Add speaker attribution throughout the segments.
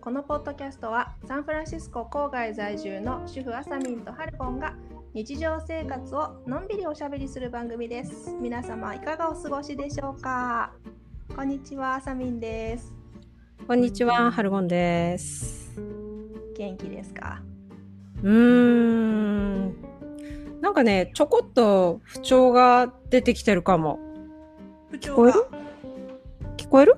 Speaker 1: このポッドキャストはサンフランシスコ郊外在住の主婦あさみんとハルボンが日常生活をのんびりおしゃべりする番組です皆様いかがお過ごしでしょうかこんにちはあさみんです
Speaker 2: こんにちは、ハルゴンです。
Speaker 1: 元気ですか
Speaker 2: うーん。なんかね、ちょこっと不調が出てきてるかも。
Speaker 1: 不
Speaker 2: 聞こえる聞こえる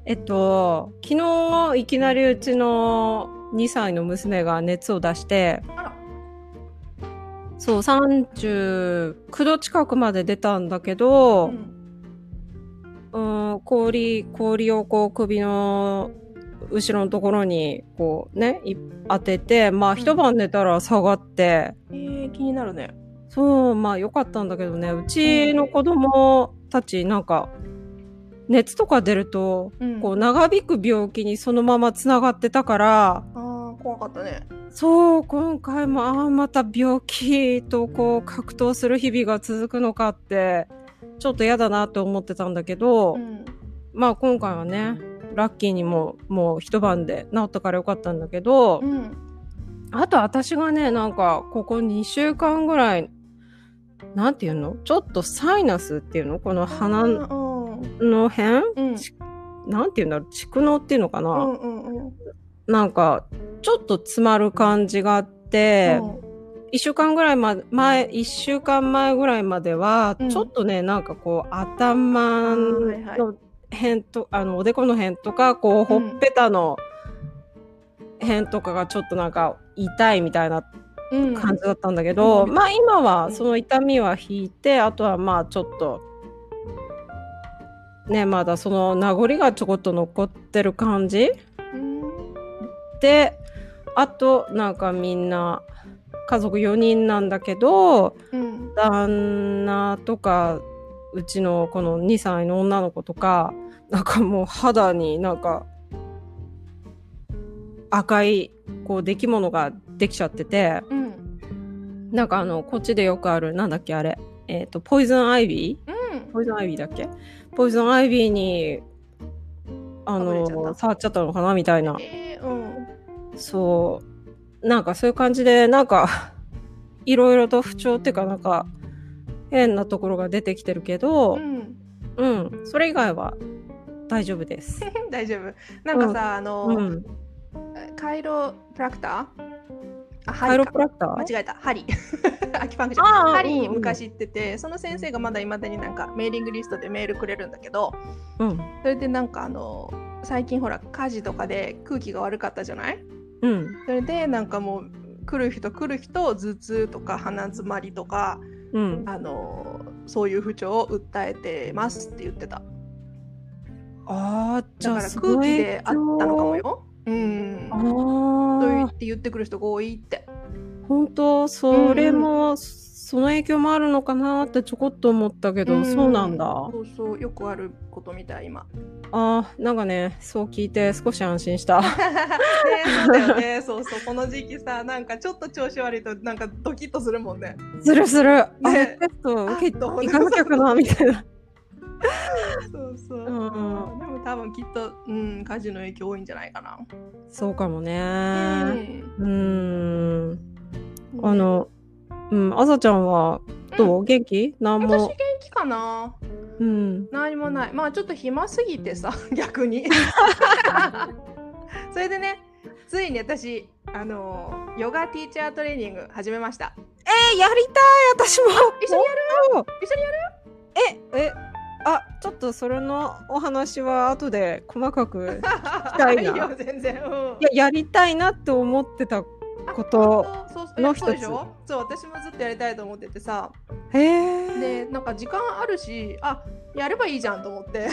Speaker 2: えっと、昨日いきなりうちの2歳の娘が熱を出して、
Speaker 1: あら
Speaker 2: そう、39度近くまで出たんだけ
Speaker 1: う
Speaker 2: ど、
Speaker 1: ん
Speaker 2: うん、氷、氷をこう首の後ろのところにこうね、い当てて、まあ一晩寝たら下がって、
Speaker 1: えー、気になるね
Speaker 2: そう、まあ良かったんだけどね、うちの子供たちなんか、熱とか出ると、
Speaker 1: うん
Speaker 2: こう長引く病気にそのままつながってたから、
Speaker 1: あー怖かったね
Speaker 2: そう、今回も、ああ、また病気とこう格闘する日々が続くのかって、ちょっと嫌だなって思ってたんだけど、
Speaker 1: うん
Speaker 2: まあ今回はねラッキーにももう一晩で治ったからよかったんだけど、
Speaker 1: うん
Speaker 2: あと私がねなんかここ2週間ぐらいなんていうのちょっとサイナスっていうのこの鼻の
Speaker 1: うん
Speaker 2: 辺
Speaker 1: うん
Speaker 2: なんていうんだろう蓄膿っていうのかな、
Speaker 1: うんうんうん
Speaker 2: なんかちょっと詰まる感じがあって、1週間ぐらいま前1週間前ぐらいまでは、
Speaker 1: うん
Speaker 2: ちょっとねなんかこう頭
Speaker 1: はいはい
Speaker 2: の辺と、あのおでこの辺とかこうほ
Speaker 1: うん
Speaker 2: っぺたの辺とかがちょっとなんか痛いみたいな
Speaker 1: うんうん
Speaker 2: 感じだったんだけど、
Speaker 1: うん
Speaker 2: まあ今
Speaker 1: う
Speaker 2: は
Speaker 1: ん
Speaker 2: その痛みは引いてあとはまあちょっとねまだその名残がちょこっと残ってる感じ、
Speaker 1: うん
Speaker 2: であとなんかみんな家族4人なんだけど
Speaker 1: うん
Speaker 2: 旦那とかうちのこの2歳の女の子とかなんかもう肌になんか赤いこう出来物ができちゃってて
Speaker 1: うん
Speaker 2: なんかあのこっちでよくあるなんだっけあれえっ、とポイズンアイビー
Speaker 1: うん
Speaker 2: ポイズンアイビーだっけポイズンアイビーに
Speaker 1: か
Speaker 2: あ
Speaker 1: ぶれちゃった
Speaker 2: の触っちゃったのかなみたいな
Speaker 1: えー、うん
Speaker 2: そう、なんかそういう感じで、なんか、 いろいろと不調っていうかなんか、変なところが出てきてるけど
Speaker 1: う、ん、
Speaker 2: うん、それ以外は大丈夫です。
Speaker 1: 大丈夫なんかさ、あの、
Speaker 2: うん、
Speaker 1: カイロプラクターあ
Speaker 2: カイ
Speaker 1: 針
Speaker 2: ロ
Speaker 1: か
Speaker 2: プラクター
Speaker 1: 間違えた針 秋パンクじゃ
Speaker 2: あ
Speaker 1: ん
Speaker 2: ー
Speaker 1: 針
Speaker 2: うんうん
Speaker 1: 昔行ってて、その先生がまだいまだになんかメーリングリストでメールくれるんだけど
Speaker 2: うん、
Speaker 1: それでなんかあの最近ほら火事とかで空気が悪かったじゃない
Speaker 2: うん、
Speaker 1: それでなんかもう来る人来る人頭痛とか鼻詰まりとか
Speaker 2: うん。
Speaker 1: あのそういう不調を訴えてますって言ってた
Speaker 2: ああ、じ
Speaker 1: だ
Speaker 2: ゃ
Speaker 1: か
Speaker 2: あ
Speaker 1: ら
Speaker 2: す
Speaker 1: 空
Speaker 2: ご
Speaker 1: 気
Speaker 2: い
Speaker 1: であったのかも。ようん
Speaker 2: あ
Speaker 1: そう言
Speaker 2: あ
Speaker 1: っ、て言ってくる人が多いって
Speaker 2: 本当それも、その影響もあるのかなってちょこっと思ったけど、
Speaker 1: うん
Speaker 2: そうなんだ。
Speaker 1: そうそうよくあることみたい今 ね
Speaker 2: ああ、なんかね、そう聞いて少し安心した。
Speaker 1: そうだよ ねそうそうこの時期さなんかちょっと調子悪いとなんかドキッとするもんね
Speaker 2: するする。あれ
Speaker 1: ね
Speaker 2: テスト受け
Speaker 1: あどう
Speaker 2: 行かなきゃかなみたいな。
Speaker 1: そうそう、
Speaker 2: うん
Speaker 1: でも多分きっとうん火事の影響多いんじゃないかな
Speaker 2: そうかもね。
Speaker 1: うん
Speaker 2: うーん。あの、うん、あさちゃんはどう、元気なん
Speaker 1: 私元
Speaker 2: も。
Speaker 1: 気かな
Speaker 2: うん。
Speaker 1: 何もないまあちょっと暇すぎてさ 逆にそれでねついに私あのヨガティーチャートレーニング始めました
Speaker 2: えー、やりたい私も
Speaker 1: 一緒にやる
Speaker 2: 本
Speaker 1: 一緒にやる
Speaker 2: 当え、え、あ、ちょっとそれのお話は後で細かく。たいない
Speaker 1: よ全然、うん
Speaker 2: いや、やりたいなって思ってたこと。
Speaker 1: そうそう
Speaker 2: の
Speaker 1: そうでし
Speaker 2: 一
Speaker 1: ょそう私もずっとやりたいと思っててさ
Speaker 2: へ
Speaker 1: で
Speaker 2: え。
Speaker 1: なんか時間あるしあやればいいじゃんと思って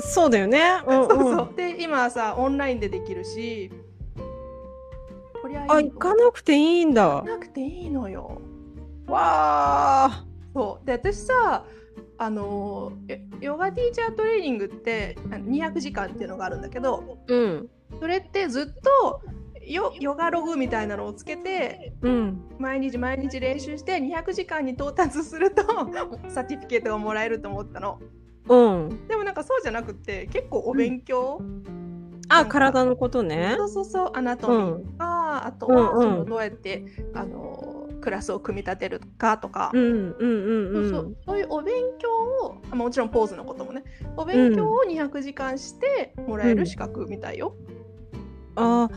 Speaker 2: そうだよね。うんうん。
Speaker 1: そうそうで今さオンラインでできるしこりゃいい
Speaker 2: あ、
Speaker 1: よ
Speaker 2: 行かなくていいんだ。
Speaker 1: なくていいのよ
Speaker 2: わあ。
Speaker 1: そうで私さあのヨヨガティーチャートレーニングってあ200時間っていうのがあるんだけど
Speaker 2: うん。
Speaker 1: それってずっとヨヨガログみたいなのをつけて
Speaker 2: うん。
Speaker 1: 毎日毎日練習して200時間に到達するとサーティフィケートがもらえると思ったの。
Speaker 2: うん。
Speaker 1: でもなんかそうじゃなくて結構お勉強、な
Speaker 2: あ、
Speaker 1: んか
Speaker 2: 体のことね
Speaker 1: そ。うそうそうアナト
Speaker 2: う
Speaker 1: ミー
Speaker 2: ん。
Speaker 1: とか、あとは
Speaker 2: うんうん
Speaker 1: そのどうやって、あのクラスを組み立てるかとか、
Speaker 2: うんうんうん。
Speaker 1: そううんそうそういうお勉強をあもちろんポーズのこともねお勉強を200時間してもらえる資格みたいよ。
Speaker 2: あ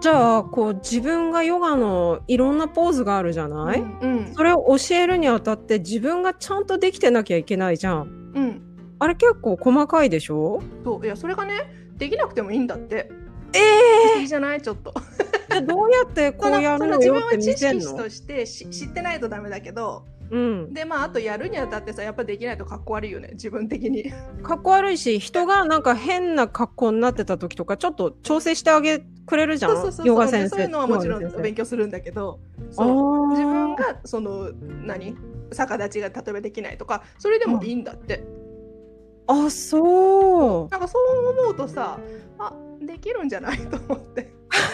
Speaker 2: じゃあこう自分がヨガのいろんなポーズがあるじゃない、
Speaker 1: うん
Speaker 2: それを教えるにあたって自分がちゃんとできてなきゃいけないじゃん。
Speaker 1: うんうん
Speaker 2: あれ結構細かいでしょ
Speaker 1: そういやそれがねできなくてもいいんだって
Speaker 2: え
Speaker 1: いいじゃないちょっと。
Speaker 2: えどうやってこ
Speaker 1: そうの
Speaker 2: や
Speaker 1: そ
Speaker 2: る
Speaker 1: の
Speaker 2: の
Speaker 1: 自
Speaker 2: よ
Speaker 1: 分
Speaker 2: っ
Speaker 1: は
Speaker 2: て
Speaker 1: 知
Speaker 2: 見せん
Speaker 1: 識
Speaker 2: の
Speaker 1: としてし知ってないとダメだけど
Speaker 2: うん。
Speaker 1: でまああとやるにあたってさやっぱできないとかっこ悪いよね自分的に。
Speaker 2: かっこ悪いし人がなんか変な格好になってた時とかちょっと調整してあげくれるじゃん
Speaker 1: そうそうそう
Speaker 2: ヨガ
Speaker 1: そう
Speaker 2: 先
Speaker 1: でそうい
Speaker 2: 生
Speaker 1: うのはもちろん
Speaker 2: ヨガ
Speaker 1: お
Speaker 2: 先
Speaker 1: 勉強するんだけど
Speaker 2: 生
Speaker 1: そう
Speaker 2: あー
Speaker 1: 自分がその何逆立ちが例えばできないとかそれでもいいんだって、
Speaker 2: あそう
Speaker 1: なんかそう思うとさあできるんじゃないと思って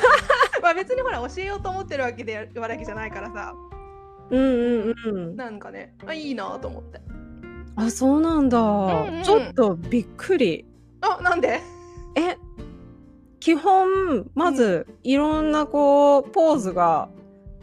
Speaker 1: まあ別にほら教えようと思ってるわけでやるわけじゃないからさ
Speaker 2: うんうんうん
Speaker 1: なんかねあいいなと思って
Speaker 2: あそうなんだ、
Speaker 1: んうん
Speaker 2: ちょっとびっくり
Speaker 1: あなんで
Speaker 2: え基本まずいろんなこうポーズが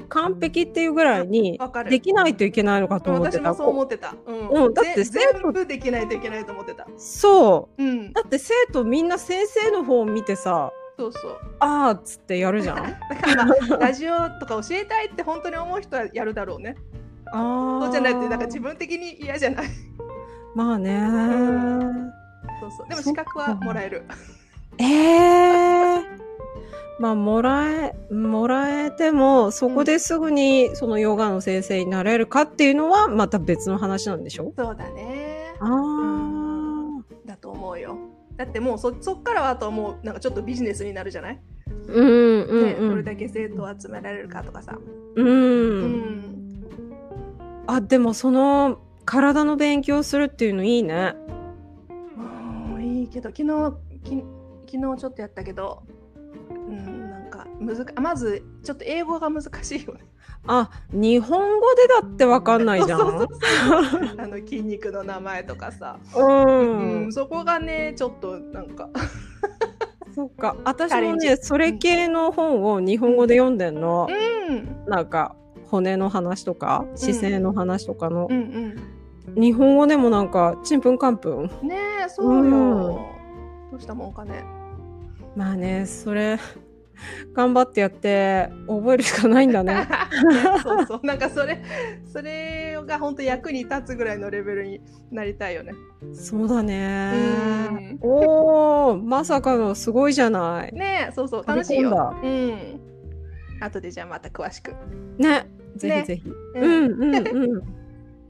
Speaker 2: 完璧っていうぐらいに
Speaker 1: わかる
Speaker 2: できないといけないのかと思って
Speaker 1: 私
Speaker 2: た
Speaker 1: もそう思
Speaker 2: こ
Speaker 1: ってた、うん
Speaker 2: うんだって
Speaker 1: ぜ全部できないといけないと思ってた
Speaker 2: うそう
Speaker 1: うん
Speaker 2: だって生徒みんな先生の方を見てさ
Speaker 1: そうそう
Speaker 2: あーっつってやるじゃんあ
Speaker 1: だから、ま あ、ラジオとか教えたいって本当に思う人はやるだろうね
Speaker 2: ー
Speaker 1: そうじゃないってなんか自分的に嫌じゃない
Speaker 2: まあね
Speaker 1: そうそうでも
Speaker 2: そ
Speaker 1: 資
Speaker 2: っか
Speaker 1: 格はもらえる
Speaker 2: えー、 まあもらえもらえてもそこですぐにそのヨガの先生になれるかっていうのはまた別の話なんでしょ
Speaker 1: そうだね
Speaker 2: ああ
Speaker 1: だと思うよだってもうそそっからはあとはもうなんかちょっとビジネスになるじゃない、ね
Speaker 2: うんうん
Speaker 1: ど
Speaker 2: う
Speaker 1: れ
Speaker 2: ん
Speaker 1: だけ生徒を集められるかとかさ、
Speaker 2: うん
Speaker 1: う
Speaker 2: うん
Speaker 1: ん、
Speaker 2: あでもその体の勉強するっていうのいいね
Speaker 1: うんいいけど昨日き昨日ちょっとやったけど、うん、なんかむずかまずちょっと英語が難しいよね
Speaker 2: あ日本語でだってわかんないじゃん
Speaker 1: そうそうそう そうあの筋肉の名前とかさ、
Speaker 2: うん、
Speaker 1: うんそこがねちょっとなんか
Speaker 2: そっか私
Speaker 1: チャレ
Speaker 2: も
Speaker 1: ン
Speaker 2: ね
Speaker 1: ジ
Speaker 2: それ系の本を日本語で読んでんの
Speaker 1: う、ん
Speaker 2: なんか骨の話とか姿勢の話とかの
Speaker 1: う、ん
Speaker 2: 日本語でもなんかちんぷんかんぷん
Speaker 1: うんねえそうよ、どうしたもんかね
Speaker 2: まあねそれ頑張ってやって覚えるしかないん だね
Speaker 1: そうそうなんかそれそれが本当役に立つぐらいのレベルになりたいよね。
Speaker 2: そうだね
Speaker 1: うん
Speaker 2: おおまさかのすごいじゃない
Speaker 1: ねえそうそう
Speaker 2: 飛び
Speaker 1: 楽しい
Speaker 2: 込んだ
Speaker 1: よ。うん。後でじゃあまた詳しく。
Speaker 2: ね、ぜひぜひ。
Speaker 1: う
Speaker 2: うんんうんうん。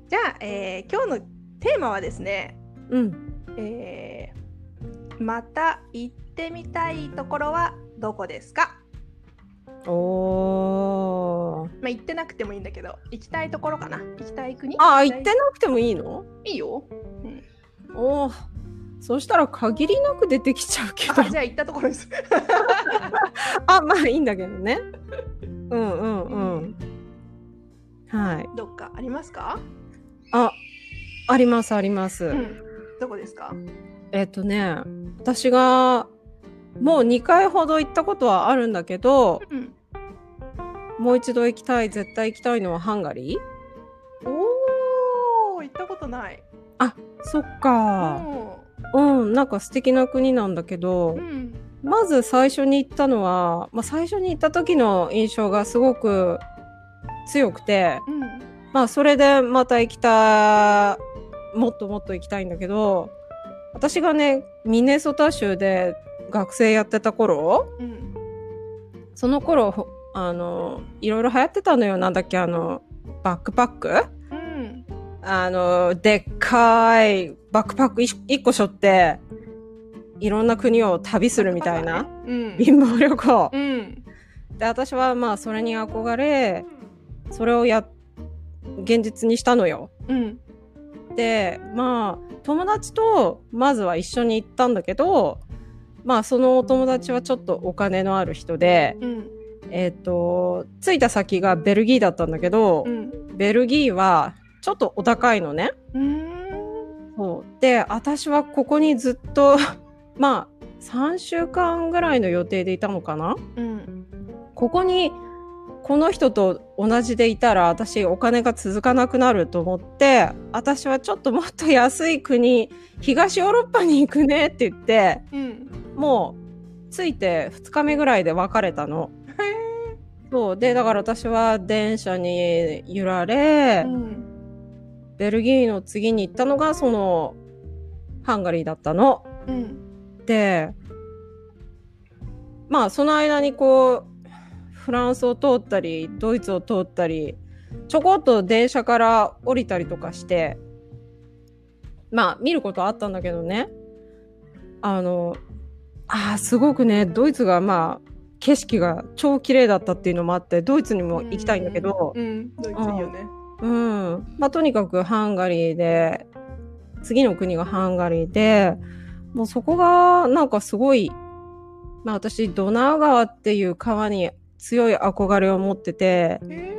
Speaker 1: じゃあ、えー今日のテーマはですね、
Speaker 2: うん。
Speaker 1: えーまた行ってみたいところはどこですか、
Speaker 2: おー。
Speaker 1: まあ、行ってなくてもいいんだけど行きたいところかな行きたい国
Speaker 2: あ、行って
Speaker 1: い
Speaker 2: なくてもいいの
Speaker 1: いいよ。
Speaker 2: おー。そしたら限りなく出てきちゃうけど
Speaker 1: あ。じゃあ行ったところです。
Speaker 2: あ、まあいいんだけどね。うんうんうん。はい。
Speaker 1: どっかありますか、
Speaker 2: あ、ありますあります。
Speaker 1: うん、どこですか
Speaker 2: えっとね、私が、もう2回ほど行ったことはあるんだけど、
Speaker 1: うん。
Speaker 2: もう一度行きたい、絶対行きたいのはハンガリー
Speaker 1: おー行ったことない。
Speaker 2: あ、そっか。うん、なんか素敵な国なんだけど、
Speaker 1: うん。
Speaker 2: まず最初に行ったのは、まあ、最初に行った時の印象がすごく強くて、
Speaker 1: うん。
Speaker 2: まあ、それでまた行きたもっともっと行きたいんだけど私がねミネソタ州で学生やってた頃
Speaker 1: うん。
Speaker 2: その頃ほあのいろいろ流行ってたのよなんだっけあのバックパック
Speaker 1: うん。
Speaker 2: あのでっかいバックパック1個背負っていろんな国を旅するみたいな
Speaker 1: うん。
Speaker 2: 貧乏旅行。
Speaker 1: うん。
Speaker 2: で私はまあそれに憧れそれをや現実にしたのよ。
Speaker 1: うん。
Speaker 2: でまあ友達とまずは一緒に行ったんだけどまあそのお友達はちょっとお金のある人で
Speaker 1: うん。
Speaker 2: えっ、と着いた先がベルギーだったんだけど、
Speaker 1: うん。
Speaker 2: ベルギーはちょっとお高いのね。
Speaker 1: うん。
Speaker 2: そうで私はここにずっと まあ3週間ぐらいの予定でいたのかな
Speaker 1: うん
Speaker 2: ここにこの人と同じでいたら私お金が続かなくなると思って私はちょっともっと安い国東ヨーロッパに行くねって言って
Speaker 1: うん
Speaker 2: もう着いて2日目ぐらいで別れたの。
Speaker 1: へ
Speaker 2: そうでだから私は電車に揺られ、
Speaker 1: ーうん
Speaker 2: ベルギーの次に行ったのがそのハンガリーだったの。
Speaker 1: うん
Speaker 2: でまあその間にこうフランスを通ったりドイツを通ったりちょこっと電車から降りたりとかしてまあ見ることはあったんだけどねあのあーすごくねドイツがまあ景色が超綺麗だったっていうのもあってドイツにも行きたいんだけど、
Speaker 1: うんドイツいいよね
Speaker 2: うん。まあ、とにかくハンガリーで、次の国がハンガリーで、もうそこがなんかすごい、まあ私、ドナウ川っていう川に強い憧れを持ってて、
Speaker 1: へ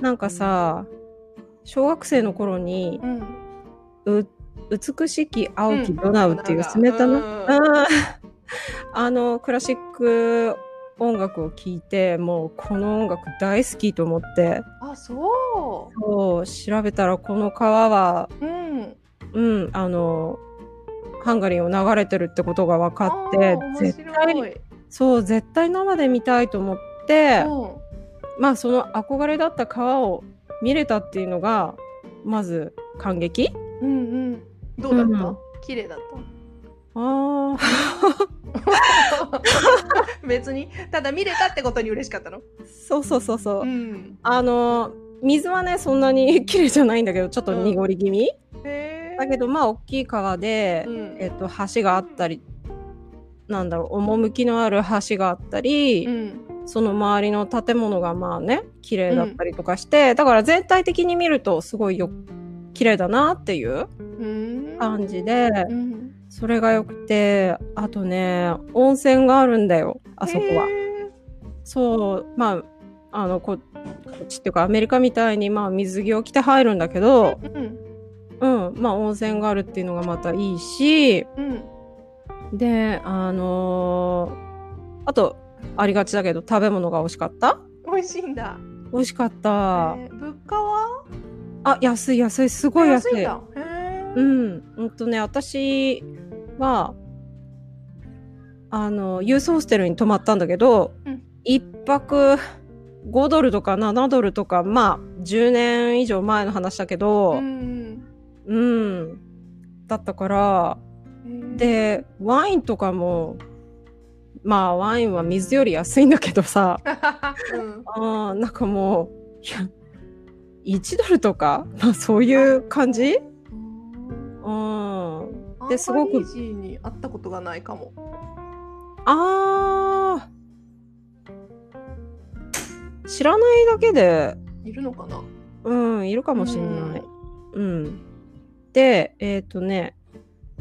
Speaker 2: なんかさ、小学生の頃に
Speaker 1: ー、うん
Speaker 2: う美しき青
Speaker 1: う
Speaker 2: き
Speaker 1: ん
Speaker 2: ドナウっていう
Speaker 1: ドナ
Speaker 2: 冷
Speaker 1: ウ川
Speaker 2: たな、
Speaker 1: う
Speaker 2: うんんあのクラシック音楽を聴いて、もうこの音楽大好きと思って、
Speaker 1: あそ
Speaker 2: そう調べたらこの川は
Speaker 1: ううん
Speaker 2: うん、あの、ハンガリーを流れてるってことが分
Speaker 1: あ
Speaker 2: か
Speaker 1: ー
Speaker 2: って、
Speaker 1: 面
Speaker 2: 絶
Speaker 1: 白
Speaker 2: 対、
Speaker 1: い
Speaker 2: そう、絶対生で見たいと思って、
Speaker 1: うん
Speaker 2: まあ、その憧れだった川を見れたっていうのが、まず感激
Speaker 1: うんうんどうだった、
Speaker 2: うん
Speaker 1: 綺麗だっ
Speaker 2: ああ、
Speaker 1: た別にただ見れたってことに嬉しかったの
Speaker 2: そうそうそうそう。
Speaker 1: うん
Speaker 2: あの、水はね、そんなに 綺麗じゃないんだけど、ちょっと濁り気味、
Speaker 1: へえ
Speaker 2: だけど、まあ、大きい川で、
Speaker 1: うん
Speaker 2: えっと、橋があったり、なんだろう、趣のある橋があったり、
Speaker 1: うん
Speaker 2: その周りの建物がまあね綺麗だったりとかして、だから全体的に見るとすごいよ綺麗だなっていう
Speaker 1: うん
Speaker 2: 感じで、
Speaker 1: うん
Speaker 2: それがよくてあとね温泉があるんだよあそこは。
Speaker 1: へー
Speaker 2: そうまああのここっちっていうかアメリカみたいにまあ水着を着て入るんだけど、
Speaker 1: うん
Speaker 2: うん、まあ温泉があるっていうのがまたいいし
Speaker 1: うん
Speaker 2: であのーあとありがちだけど食べ物が美味しかった
Speaker 1: 美味しいんだ
Speaker 2: 美味しかった。
Speaker 1: へー物価は
Speaker 2: あ、安い安い、すごい安い。
Speaker 1: んだへえ
Speaker 2: うん。うんとね、私は、あの、ユースホステルに泊まったんだけど、
Speaker 1: うん
Speaker 2: 一泊5ドルとか7ドルとか、まあ、10年以上前の話だけど
Speaker 1: う、ん
Speaker 2: うん、だったから、
Speaker 1: うん
Speaker 2: で、ワインとかも、まあ、ワインは水より安いんだけどさ、
Speaker 1: うん
Speaker 2: あーなんかもう、いや、1ドルとか、 まあ、そういう感じうん。
Speaker 1: うん
Speaker 2: で、すごく
Speaker 1: アンガリージーに会ったことがないかも
Speaker 2: あー。知らないだけで、
Speaker 1: いるのかな
Speaker 2: うん、いるかもしれない。うん。で、えっ、とね、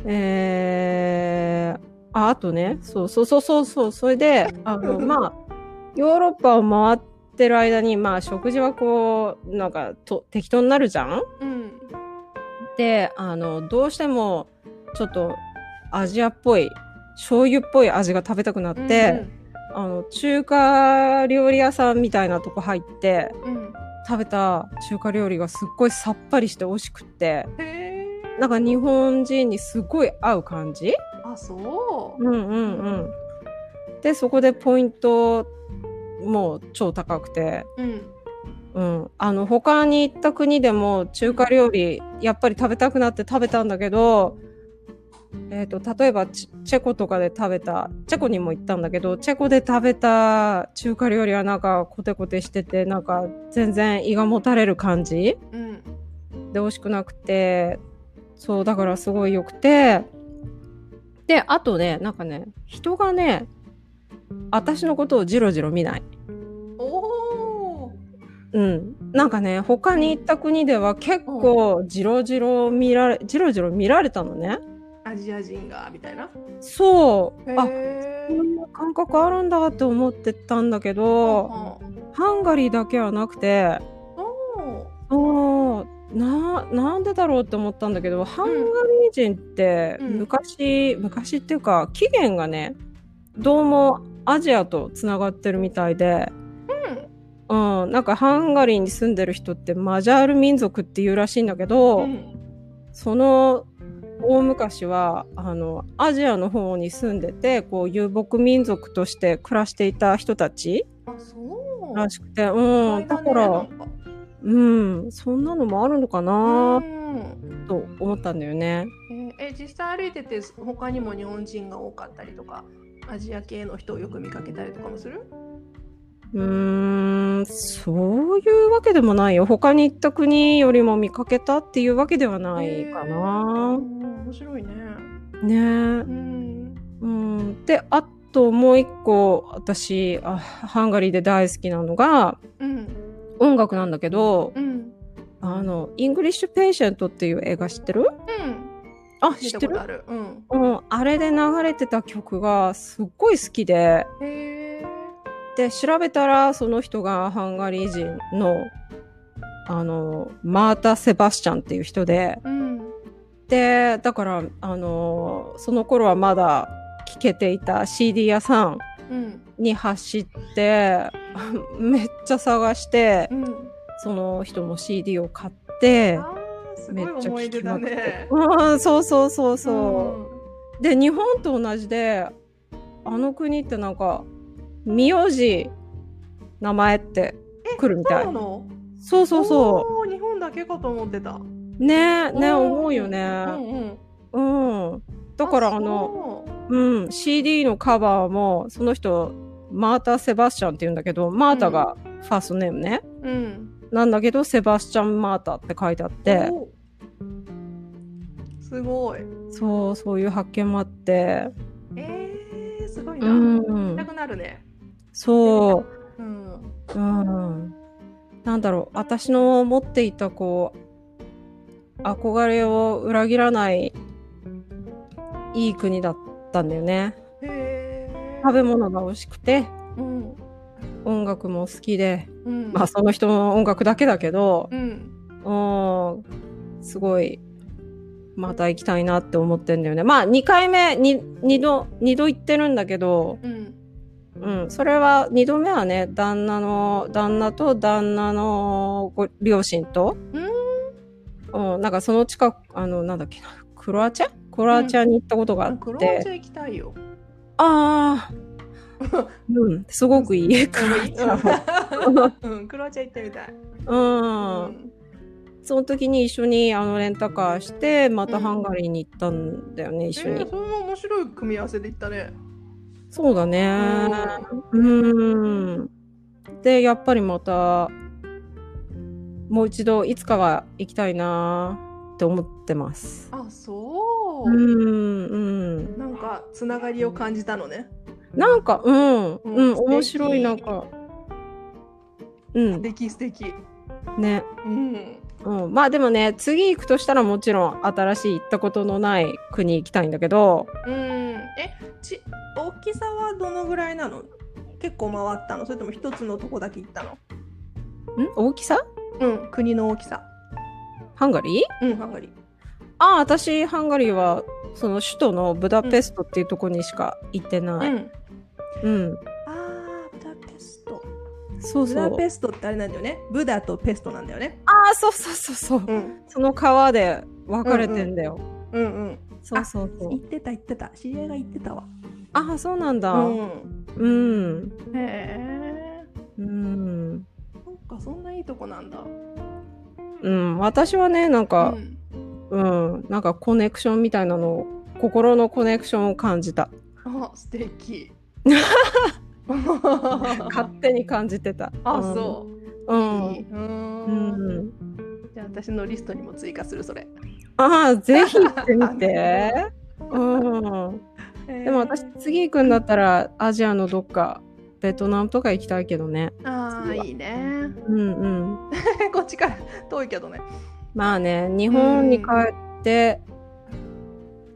Speaker 2: えー、あ、あとね、そうそうそうそうそう、それで、あ の、まあ、ヨーロッパを回ってる間に、まあ、食事はこう、なんか、と、適当になるじゃん
Speaker 1: うん
Speaker 2: で、あの、どうしても、ちょっと、アジアっぽい、醤油っぽい味が食べたくなって、あの、中華料理屋さんみたいなとこ入って、
Speaker 1: うんうん
Speaker 2: 食べた中華料理がすっごいさっぱりして美味しくって、
Speaker 1: へえ
Speaker 2: なんか日本人にすごい合う感じ
Speaker 1: あそう
Speaker 2: うんうんうん。で、そこでポイント、もう超高くて、
Speaker 1: うん
Speaker 2: うん。あの、他に行った国でも中華料理、やっぱり食べたくなって食べたんだけど、えっ、と、例えばチチェコとかで食べた、チェコにも行ったんだけど、チェコで食べた中華料理はなんかコテコテしてて、なんか全然胃がもたれる感じ
Speaker 1: うん
Speaker 2: で美味しくなくて、そう、だからすごい良くて、で、あとね、なんかね、人がね、私のことをジロジロ見ない。
Speaker 1: おお
Speaker 2: うん、なんかね他に行った国では結構ジロジロ見られジロジロ見られたのね
Speaker 1: アジア人がみたいな
Speaker 2: そうあ
Speaker 1: へ
Speaker 2: こんな感覚あるんだって思ってたんだけ
Speaker 1: お
Speaker 2: どハンガリーだけはなくて
Speaker 1: お
Speaker 2: そうななんでだろうって思ったんだけどハンガリー人って
Speaker 1: うん
Speaker 2: 昔、昔っていうか起源がねどうもアジアとつながってるみたいで、うん、なんかハンガリーに住んでる人ってマジャール民族っていうらしいんだけど、
Speaker 1: うん
Speaker 2: その大昔はあのアジアの方に住んでてこう遊牧民族として暮らしていた人たち
Speaker 1: あそう
Speaker 2: らしくて、うん、だから、うん、そんなのもあるのか
Speaker 1: う、
Speaker 2: なんと思ったんだよね。
Speaker 1: えーえ実際歩いてて他にも日本人が多かったりとかアジア系の人をよく見かけたりとかもする
Speaker 2: うーん、そういうわけでもないよ。他に行った国よりも見かけたっていうわけではないか
Speaker 1: うん
Speaker 2: な。
Speaker 1: 面白いね
Speaker 2: ねえ
Speaker 1: う。ん
Speaker 2: うん。で、あともう一個、私あ、ハンガリーで大好きなのが、
Speaker 1: うん
Speaker 2: 音楽なんだけど、
Speaker 1: うん
Speaker 2: あの、イングリッシュ・ペイシェントっていう映画知ってる
Speaker 1: うん
Speaker 2: あ、
Speaker 1: 見
Speaker 2: 知ったて
Speaker 1: こと
Speaker 2: る
Speaker 1: あるうん
Speaker 2: うん、あれで流れてた曲がすっごい好きで、
Speaker 1: へえ
Speaker 2: で調べたらその人がハンガリー人のあのマータ・セバスチャンっていう人で
Speaker 1: うん
Speaker 2: でだからあのその頃はまだ聴けていた CD 屋さん
Speaker 1: うん
Speaker 2: に走って めっちゃ探して
Speaker 1: うん
Speaker 2: その人の CD を買って
Speaker 1: あーす
Speaker 2: めっ
Speaker 1: ごい
Speaker 2: ちゃ
Speaker 1: 思い
Speaker 2: 聴
Speaker 1: 出
Speaker 2: き
Speaker 1: だ
Speaker 2: まくって
Speaker 1: ね。
Speaker 2: うんそうそうそうそう、で日本と同じであの国ってなんか名字名前って来る
Speaker 1: うん。そう
Speaker 2: みたい
Speaker 1: なの？。
Speaker 2: そうそうそう
Speaker 1: 日本だけかと思ってた。
Speaker 2: う。ねね
Speaker 1: おー
Speaker 2: 思うよ
Speaker 1: う
Speaker 2: ね。
Speaker 1: んうん。
Speaker 2: うん。だからあ
Speaker 1: の。
Speaker 2: の、うん、CD のカバーも、その人、マータ・セバスチャンって言うんだけど、マータがファーストネームね。
Speaker 1: そううん。
Speaker 2: なんだけど、セバスチャン・マータって書いてあって、
Speaker 1: おー。すごい。
Speaker 2: そう、そういう発見もあって、
Speaker 1: ええすごいうな。行き
Speaker 2: ん
Speaker 1: た、くなるね。
Speaker 2: そ
Speaker 1: うん。
Speaker 2: う、うん。なんだろう、私の持っていた、こう、憧れを裏切らない、いい国だったんだよね。
Speaker 1: へえ。
Speaker 2: 食べ物が美味しくて
Speaker 1: うん。
Speaker 2: 音楽も好きで、
Speaker 1: うん。
Speaker 2: まあ、その人の音楽だけだけど、
Speaker 1: うん。
Speaker 2: うん、すごいまた行きたいなって思ってんだよねまあ2回目に2度二度行ってるんだけど、
Speaker 1: うん。
Speaker 2: うん、それは2度目はね旦那の旦那と旦那のご両親と、うん、なんかその近くあのなんだっけなクロアチアクロアチアに行ったことがあって、
Speaker 1: クロアチア行きたいよ。
Speaker 2: ああ うんすごくいいクロアチア
Speaker 1: うんうん。クロアチア行ってみたい。
Speaker 2: うん、その時に一緒にあのレンタカーしてまた
Speaker 1: うん
Speaker 2: ハンガリーに行ったんだよね、一緒
Speaker 1: え
Speaker 2: に
Speaker 1: ー、それも面白い組み合わせで行ったね。
Speaker 2: そうだねうんでやっぱりまたもう一度いつかは行きたいなって思ってます
Speaker 1: あ、そうう。
Speaker 2: んうん
Speaker 1: なんかつながりを感じたのね。
Speaker 2: なんかうんうん、
Speaker 1: うん
Speaker 2: 面白いなんかうん
Speaker 1: 素敵素敵。
Speaker 2: ね
Speaker 1: うん。
Speaker 2: うん、まあでもね次行くとしたらもちろん新しい行ったことのない国行きたいんだけど
Speaker 1: うん。え、ち大きさはどのぐらいなの？結構回ったの？それとも一つのとこだけ行ったの？
Speaker 2: ん大きさ
Speaker 1: うん。国の大きさ。
Speaker 2: ハンガリー
Speaker 1: うん。ハンガリー。
Speaker 2: ああ私ハンガリーはその首都のブダペストっていうとこにしか行ってない、
Speaker 1: うん。
Speaker 2: うん
Speaker 1: あーブダペスト。
Speaker 2: そう
Speaker 1: ブ
Speaker 2: そ
Speaker 1: ダ
Speaker 2: う
Speaker 1: ペストってあれなんだよね。ブダとペストなんだよね。
Speaker 2: ああそうそうそうそう、
Speaker 1: うん。
Speaker 2: その川で分かれてんだよ、
Speaker 1: うんうん。
Speaker 2: そうそうそ
Speaker 1: 行っ
Speaker 2: う
Speaker 1: てた行ってた。知り合いが行ってたわ。
Speaker 2: ああそうなんだうん
Speaker 1: ん。
Speaker 2: うん、
Speaker 1: へえ。そっかそんないいとこなんだ。
Speaker 2: うん私はねなんか
Speaker 1: うん
Speaker 2: うん、なんかコネクションみたいなのを心のコネクションを感じ た
Speaker 1: あ、素敵。
Speaker 2: 勝手に感じてた
Speaker 1: あ、そう。
Speaker 2: ううん、
Speaker 1: いいうん
Speaker 2: うん、
Speaker 1: じゃあ私のリストにも追加するそれ。
Speaker 2: ああぜひ行ってみ てうんで
Speaker 1: で
Speaker 2: も私次行くんだったらアジアのどっかベトナムとか行きたいけどね。
Speaker 1: ああいいね。
Speaker 2: うんうん。
Speaker 1: こっちから遠いけどね。
Speaker 2: まあね、日本に帰って、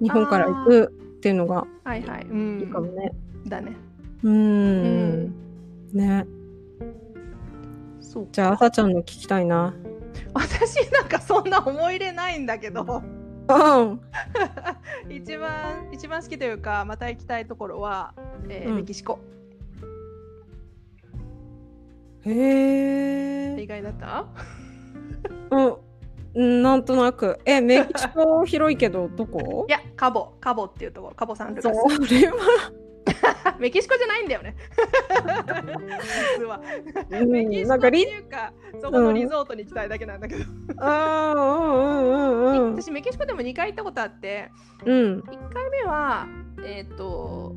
Speaker 2: 日本から行くっていうのが
Speaker 1: はいはい。う
Speaker 2: いいかも
Speaker 1: ん。
Speaker 2: ね。
Speaker 1: だね。
Speaker 2: うーん。んね。
Speaker 1: そう。
Speaker 2: じゃあ、朝ちゃんの聞きたいな。
Speaker 1: 私なんかそんな思い入れないんだけど
Speaker 2: うん。
Speaker 1: 一番一番好きというかまた行きたいところは、えー
Speaker 2: うん
Speaker 1: メキシコ
Speaker 2: へ
Speaker 1: 意
Speaker 2: え。
Speaker 1: 外だった
Speaker 2: うん。なんとなく。え、メキシコ広いけど、どこ
Speaker 1: いやカボカボっていうところカボサンル
Speaker 2: そ
Speaker 1: カス
Speaker 2: れ は、
Speaker 1: あメキシコじゃないんだよね実は
Speaker 2: う
Speaker 1: メキシ
Speaker 2: ん、
Speaker 1: コ
Speaker 2: な
Speaker 1: って
Speaker 2: んかリ、
Speaker 1: いうかそこのリゾートに行きたいだけなんだけど、
Speaker 2: あーうんうんうん
Speaker 1: 私メキシコでも2回行ったことあって
Speaker 2: うん。うん。
Speaker 1: 1回目はえっ、と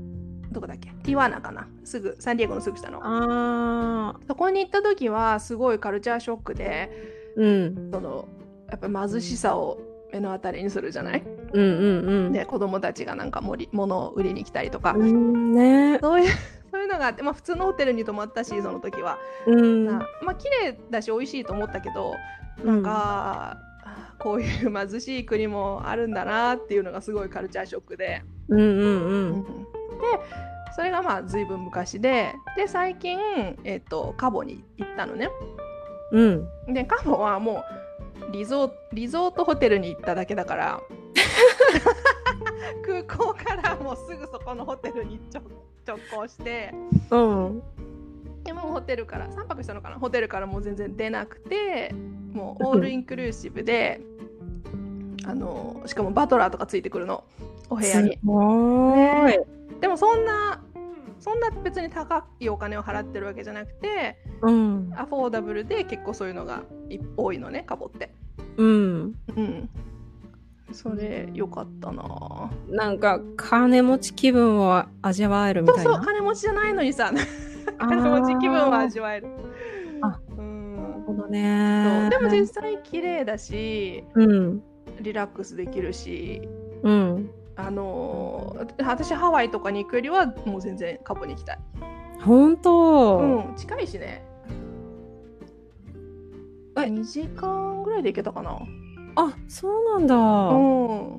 Speaker 1: どこだっけティワナかなすぐサンディエゴのすぐ下の
Speaker 2: ああ、
Speaker 1: そこに行った時はすごいカルチャーショックで
Speaker 2: うん。
Speaker 1: そのやっぱ貧しさを目の当たりにするじゃない
Speaker 2: うんうんうん。
Speaker 1: で子供たちがなんかもり物を売りに来たりとか、
Speaker 2: うんね。
Speaker 1: そういうそういうのがあって、まあ、普通のホテルに泊まったしその時は、
Speaker 2: うん。
Speaker 1: まあまあ綺麗だし美味しいと思ったけど
Speaker 2: なん
Speaker 1: が、、あーこういう貧しい国もあるんだなっていうのがすごいカルチャーショックで、
Speaker 2: うんうんうん。
Speaker 1: でそれがまあ随分昔でで最近、えっとカボに行ったのね
Speaker 2: うん。
Speaker 1: でカボはもうリゾリゾートホテルに行っただけだから 空港からもうすぐそこのホテルに直直行して
Speaker 2: うん。
Speaker 1: でもうホテルから3泊したのかなホテルからもう全然出なくてもうオールインクルーシブで、あのしかもバトラーとかついてくるのお部屋に
Speaker 2: すごーい。
Speaker 1: でもそんなそんな別に高いお金を払ってるわけじゃなくて
Speaker 2: うん。
Speaker 1: アフォーダブルで結構そういうのがい多いのねカボって
Speaker 2: うん。
Speaker 1: うんそれよかったなぁ
Speaker 2: なんか金持ち気分を味わえるみ
Speaker 1: そう
Speaker 2: たい
Speaker 1: そう
Speaker 2: な。
Speaker 1: 金持ちじゃないのにさ
Speaker 2: あー
Speaker 1: 金持ち気分を味わえる
Speaker 2: あ
Speaker 1: うん
Speaker 2: なるほど
Speaker 1: そう
Speaker 2: ね。
Speaker 1: でも実際綺麗だし
Speaker 2: うん
Speaker 1: リラックスできるし、
Speaker 2: うん。
Speaker 1: あのー私ハワイとかに行くよりはもう全然カボに行きたい。
Speaker 2: 本当。
Speaker 1: うん、近いしね。
Speaker 2: え
Speaker 1: 2時間ぐらいで行けたかな。
Speaker 2: あそうなんだ、
Speaker 1: うん。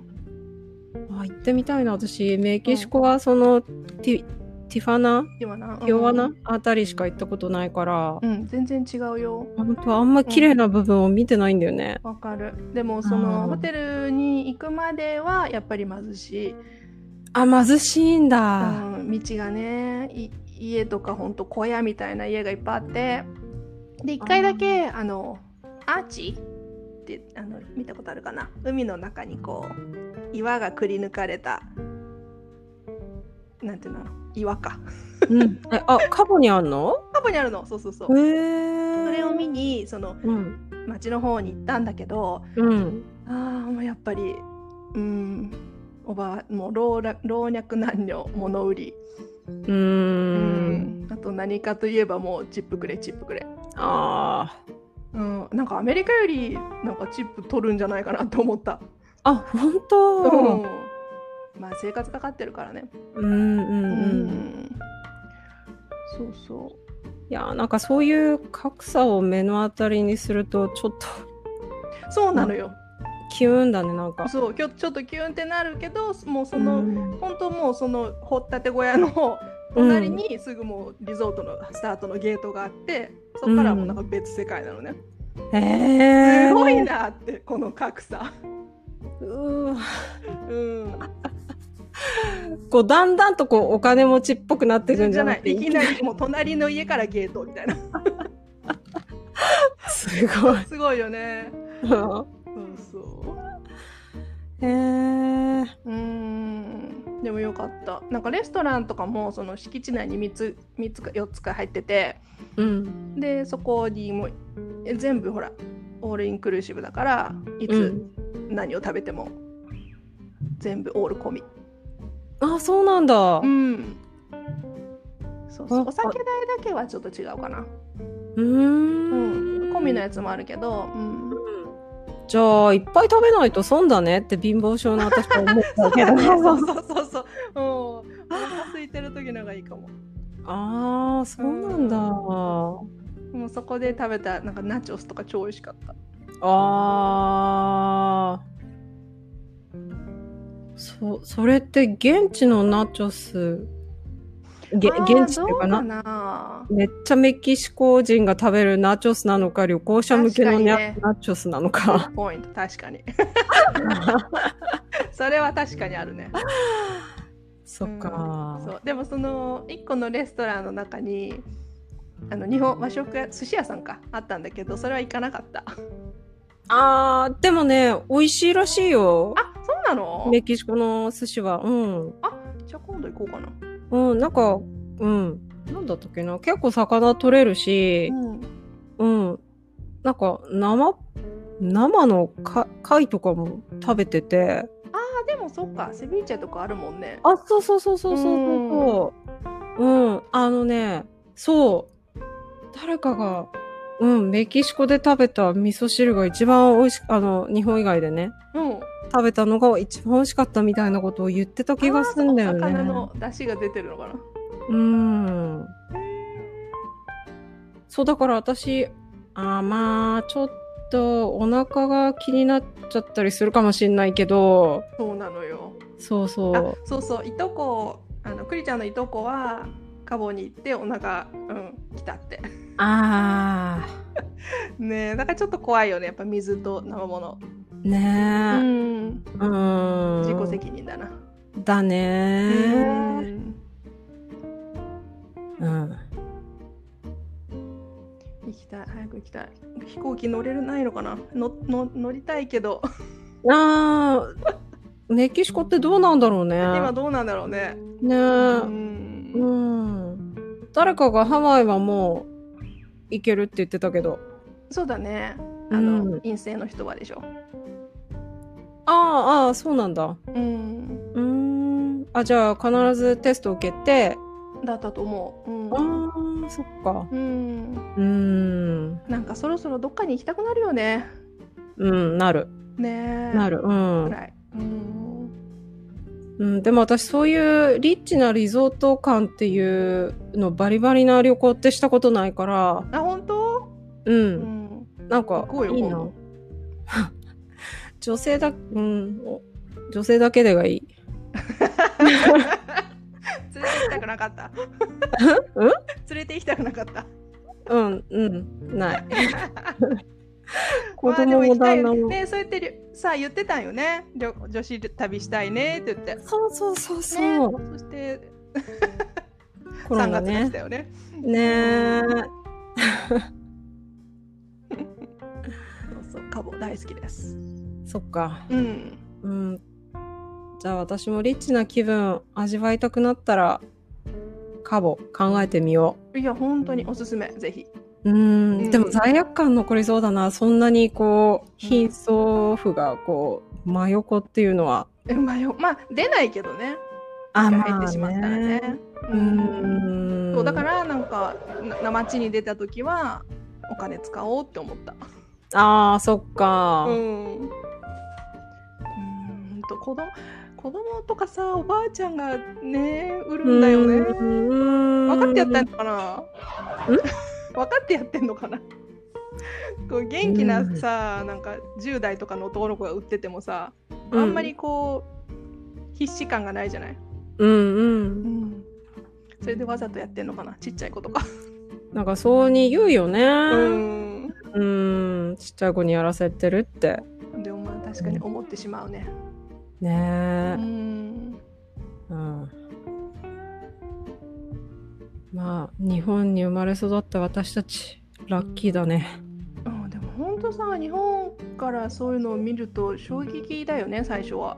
Speaker 2: あ。行ってみたいな私メキシコはその、ティティファナ
Speaker 1: 今な。
Speaker 2: ティオアナあたりしか行ったことないから、
Speaker 1: うん、全然違うよ。
Speaker 2: 本当あんま綺麗な部分を見てないんだよね。
Speaker 1: わかる。でもその
Speaker 2: うん
Speaker 1: ホテルに行くまではやっぱり貧しい。
Speaker 2: あ貧しいんだ。
Speaker 1: うん、道がねい家とかほんと小屋みたいな家がいっぱいあってで1回だけあのアーチってあの見たことあるかな海の中にこう岩がくり抜かれたなんていうの岩か
Speaker 2: うん、えあカボにあんの？
Speaker 1: カボにあるのそうそうそう
Speaker 2: へえ。
Speaker 1: それを見にその
Speaker 2: うん
Speaker 1: 町の方に行ったんだけど
Speaker 2: うん。
Speaker 1: あーもうやっぱりうんおばあもう老若老若男女物売り
Speaker 2: うーん。
Speaker 1: あと何かといえばもうチップくれチップくれ、
Speaker 2: ああ。
Speaker 1: うん、なんかアメリカよりなんかチップ取るんじゃないかなと思った、
Speaker 2: あ本当。
Speaker 1: うん、まあ生活かかってるからね
Speaker 2: うんう
Speaker 1: うん
Speaker 2: うん、
Speaker 1: そうそ
Speaker 2: いやーなんかそういう格差を目の当たりにするとちょっと
Speaker 1: うそうなのよ
Speaker 2: キュンだねなんか
Speaker 1: そうきょちょっとキュンってなるけどもうその、
Speaker 2: の
Speaker 1: 本当もうその掘ったて小屋の隣にすぐもうリゾートのスタートのゲートがあってそこからはもうなんか別世界なのね、
Speaker 2: へえ
Speaker 1: すごい
Speaker 2: ー、
Speaker 1: なってこの格差
Speaker 2: うー
Speaker 1: うん
Speaker 2: こうだんだんとこうお金持ちっぽくなってくん
Speaker 1: じ
Speaker 2: じゃ
Speaker 1: ゃな
Speaker 2: ないくて
Speaker 1: いきなりもう隣の家からゲートみたいな
Speaker 2: すごい
Speaker 1: すごいよね
Speaker 2: へ
Speaker 1: そうそ
Speaker 2: えー、
Speaker 1: ううーんでもよかったなんかレストランとかもその敷地内に3つ三つか4つか入ってて
Speaker 2: うん
Speaker 1: でそこにもえ全部ほらオールインクルーシブだからいうつ
Speaker 2: ん
Speaker 1: 何を食べても全部オール込み
Speaker 2: あそうなんだ
Speaker 1: う
Speaker 2: うん
Speaker 1: そうそう
Speaker 2: あ
Speaker 1: お酒代だけはちょっと違うかな
Speaker 2: ー
Speaker 1: うんん込みのやつもあるけどうん
Speaker 2: じゃあいっぱい食べないと損だねって貧乏症の私は思ったけど
Speaker 1: そ うそうそうそうそう。うん。お腹空いてる時のがいいかも。
Speaker 2: ああそうなんだ
Speaker 1: もうそこで食べたなんかナチョスとか超美味しかった。
Speaker 2: ああ。そ、それって現地のナチョスげ
Speaker 1: あー
Speaker 2: 現地っていうかな
Speaker 1: どうかな
Speaker 2: めっちゃメキシコ人が食べるナチョスなのか旅行者向けの、
Speaker 1: 確
Speaker 2: ね
Speaker 1: かにね
Speaker 2: ナチョスなの か
Speaker 1: ポイント確かに それは確かにあるね
Speaker 2: そっ
Speaker 1: う
Speaker 2: か
Speaker 1: ん、そうでもその1個のレストランの中にあの日本和食屋寿司屋さんかあったんだけどそれは行かなかった
Speaker 2: あーでもね美味しいらしいよ
Speaker 1: あそうなの
Speaker 2: メキシコの寿司はうん
Speaker 1: じゃあ今度行こうかな、
Speaker 2: うんなんかうんなんだったっけな結構魚取れるし
Speaker 1: うん、
Speaker 2: うんなんか生生のか貝とかも食べてて
Speaker 1: あでもそっかセビーチェとかあるもんね
Speaker 2: あ、そうそうそうそうそうそうそう。うん、あのね、そう。誰かが、うん、メキシコで食べた味噌汁が一番美味しあの、日本以外でね、
Speaker 1: うん
Speaker 2: 食べたのが一番美味しかったみたいなことを言ってた気がするんだよね。
Speaker 1: あーそっかお魚の出汁が出てるのかな
Speaker 2: うん。そう、だから私、あーまあ、ちょっとお腹が気になっちゃったりするかもしんないけど、
Speaker 1: そうなのよ
Speaker 2: そう
Speaker 1: あ
Speaker 2: そう。
Speaker 1: そうそういとこあのクリちゃんのいとこはカボに行ってお腹うん来たって
Speaker 2: ああ
Speaker 1: ねえだからちょっと怖いよねやっぱ水と生物う
Speaker 2: ー、ねえ。
Speaker 1: ん
Speaker 2: うーん
Speaker 1: 自己責任だな
Speaker 2: だね
Speaker 1: う
Speaker 2: ー
Speaker 1: ん
Speaker 2: うん
Speaker 1: 行きたい早く行きたい飛行機乗れるないのかなのの乗りたいけど
Speaker 2: あーメキシコってどうなんだろうね
Speaker 1: 今どうなんだろうね
Speaker 2: ね
Speaker 1: う
Speaker 2: ーうんん、誰かがハワイはもう行けるって言ってたけど
Speaker 1: そうだねあの、
Speaker 2: うん
Speaker 1: 陰性の人はでしょ
Speaker 2: あーあーそうなんだ
Speaker 1: うん
Speaker 2: うーんあじゃあ必ずテスト受けて
Speaker 1: だったと思ううん
Speaker 2: あーそっか
Speaker 1: うん
Speaker 2: うーん
Speaker 1: なんかそろそろどっかに行きたくなるよね
Speaker 2: うんなる
Speaker 1: ねえ
Speaker 2: なるう
Speaker 1: く
Speaker 2: ん、
Speaker 1: らいうん
Speaker 2: うん、でも私そういうリッチなリゾート感っていうのバリバリな旅行ってしたことないから
Speaker 1: あ本当う
Speaker 2: う、
Speaker 1: んん
Speaker 2: なん
Speaker 1: 行
Speaker 2: か
Speaker 1: こうよ
Speaker 2: いい
Speaker 1: 今
Speaker 2: な
Speaker 1: 度。
Speaker 2: 女性だ、うん、お女性だけでがいい。
Speaker 1: 連れて行きたくなか った
Speaker 2: うん
Speaker 1: 連れて行きたくなかった
Speaker 2: うん、うん、ない。 子
Speaker 1: まあで
Speaker 2: 供
Speaker 1: 行
Speaker 2: も
Speaker 1: きたい
Speaker 2: 旦那
Speaker 1: よ
Speaker 2: も。
Speaker 1: ねそうやってりょさあ言ってたんよねりょ女子旅したいねって言って
Speaker 2: そうそうそうそう。
Speaker 1: ねそして
Speaker 2: コロ
Speaker 1: 3
Speaker 2: ナ
Speaker 1: 月でし
Speaker 2: ね
Speaker 1: た。よね
Speaker 2: ねえ。
Speaker 1: そうそうカボ大好きです
Speaker 2: そっか。
Speaker 1: うん
Speaker 2: うん。じゃあ私もリッチな気分味わいたくなったら、カボ考えてみよ
Speaker 1: いや本当におすすめぜひ
Speaker 2: う。うん,、
Speaker 1: うん
Speaker 2: でも罪悪感残りそうだな。そんなにこう、貧相婦がこう、真横っていうのは。
Speaker 1: えまあよまあ出ないけどね
Speaker 2: あ
Speaker 1: 入ってしまったらね
Speaker 2: うーん
Speaker 1: そうだからなんかなな街に出た時はお金使おうって思った
Speaker 2: ああそっか、
Speaker 1: うんうーんと子供子供とかさおばあちゃんがね売るんだよね分
Speaker 2: 分
Speaker 1: かってやってん
Speaker 2: ん
Speaker 1: のかな分かってやってんのかなこう元気なさなんか10代とかの男の子が売っててもさあんまりこう必死感がないじゃない、
Speaker 2: うんうん
Speaker 1: それでわざとやってんのかなちっちゃい子とか
Speaker 2: なんかそうに言うよね
Speaker 1: う
Speaker 2: うんんちっちゃい子にやらせてるって
Speaker 1: でもまあ確かに思ってしまうねう
Speaker 2: ねえ、
Speaker 1: ん
Speaker 2: うんまあ日本に生まれ育った私たちラッキーだね
Speaker 1: うんでも本当さ日本からそういうのを見ると衝撃だよね最初は